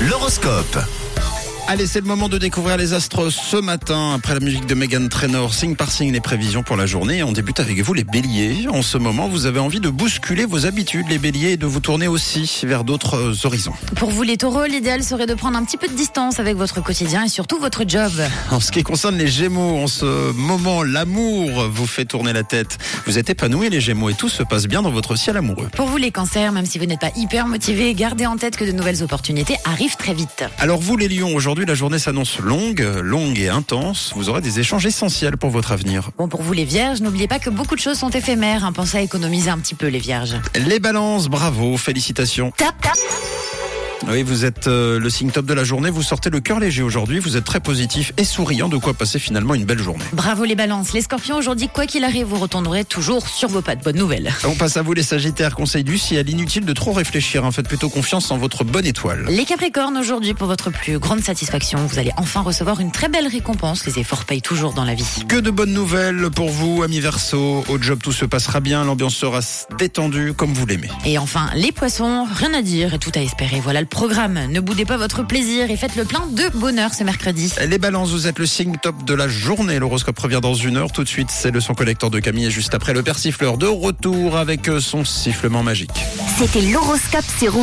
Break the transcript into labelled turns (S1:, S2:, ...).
S1: L'horoscope.
S2: Allez, c'est le moment de découvrir les astres ce matin. Après la musique de Megan Trainor, signe par signe les prévisions pour la journée. On débute avec vous les béliers. En ce moment, vous avez envie de bousculer vos habitudes, les béliers, et de vous tourner aussi vers d'autres euh, horizons.
S3: Pour vous les taureaux, l'idéal serait de prendre un petit peu de distance avec votre quotidien et surtout votre job.
S2: En ce qui concerne les gémeaux, en ce moment, l'amour vous fait tourner la tête. Vous êtes épanouis, les gémeaux, et tout se passe bien dans votre ciel amoureux.
S3: Pour vous les cancers, même si vous n'êtes pas hyper motivé, gardez en tête que de nouvelles opportunités arrivent très vite.
S2: Alors vous, les lions, aujourd'hui, la journée s'annonce longue, longue et intense. Vous aurez des échanges essentiels pour votre avenir.
S3: Bon, pour vous les vierges, n'oubliez pas que beaucoup de choses sont éphémères. hein. Pensez à économiser un petit peu les vierges.
S2: Les balances, bravo, félicitations.
S3: Tap, tap.
S2: Oui, vous êtes euh, le signe top de la journée, vous sortez le cœur léger aujourd'hui, vous êtes très positif et souriant, de quoi passer finalement une belle journée.
S3: Bravo les balances. Les scorpions, aujourd'hui, quoi qu'il arrive, vous retournerez toujours sur vos pattes. Bonne nouvelle.
S2: On passe à vous les Sagittaires, conseil du ciel, inutile de trop réfléchir, hein. faites plutôt confiance en votre bonne étoile.
S3: Les capricornes, aujourd'hui, pour votre plus grande satisfaction, vous allez enfin recevoir une très belle récompense. Les efforts payent toujours dans la vie.
S2: Que de bonnes nouvelles pour vous, amis Verseau. Au job, tout se passera bien, l'ambiance sera s- détendue comme vous l'aimez.
S3: Et enfin, les poissons, rien à dire et tout à espérer. Voilà le programme. Ne boudez pas votre plaisir et faites le plein de bonheur ce mercredi.
S2: Les balances, vous êtes le signe top de la journée. L'horoscope revient dans une heure. Tout de suite, c'est le son collecteur de Camille et juste après le persifleur de retour avec euh, son sifflement magique.
S4: C'était l'horoscope sur Rouge.